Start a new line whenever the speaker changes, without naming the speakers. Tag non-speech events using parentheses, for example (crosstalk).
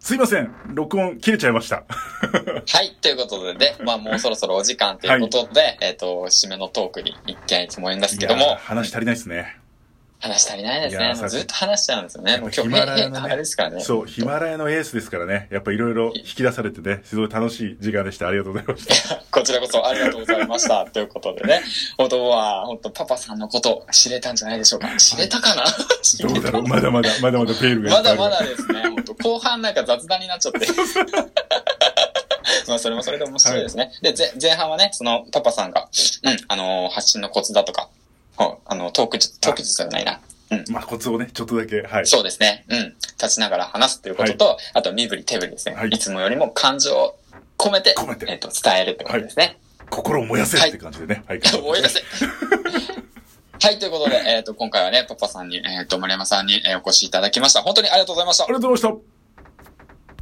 すいません。録音切れちゃいました。
はい、ということで、ね、まあもうそろそろお時間ということで、えっ、と、締めのトークに一見いつも言うんですけど
いやー
も、
話足りないですね。
話足りないです
いや
ね。
ー
もうずっと話しちゃうんですよね。もう今日、
ヒマラヤのね
ええあれですからね。
そう、ヒマラヤのエースですからね。やっぱいろいろ引き出されてね、すごい楽しい時間でした。ありがとうございました。
こちらこそありがとうございました。ということでね、本当は、本当パパさんのこと知れたんじゃないでしょうか。知れたかな知
ど
れ
うだ
た
ろうまだまだ、まだまだペールがい
ま
っぱいあ
だ
る
まだですね、本当後半なんか雑談になっち
(laughs)
ゃって。まあそれもそれで面白いですね。で、ぜ前半はね、そのパパさんが、うん、あのー発信のコツだとか、ほあの、トーク術、トーク術じゃないな。
まあ、コツをね、ちょっとだけ、はい。
そうですね。うん。立ちながら話すということと、あと身振り手振りですね。
はい
い、つもよりも感情を込めて、
込めて
えっ、と、伝えるってことですね。
心を燃やせって感じでね。はい。
(laughs) 思い出せ。はい、ということで、えっ、と、今回はね、パパさんに、えっ、と、丸山さんに、えーお越しいただきました。本当にありがとうございました
あ。りがとうございました。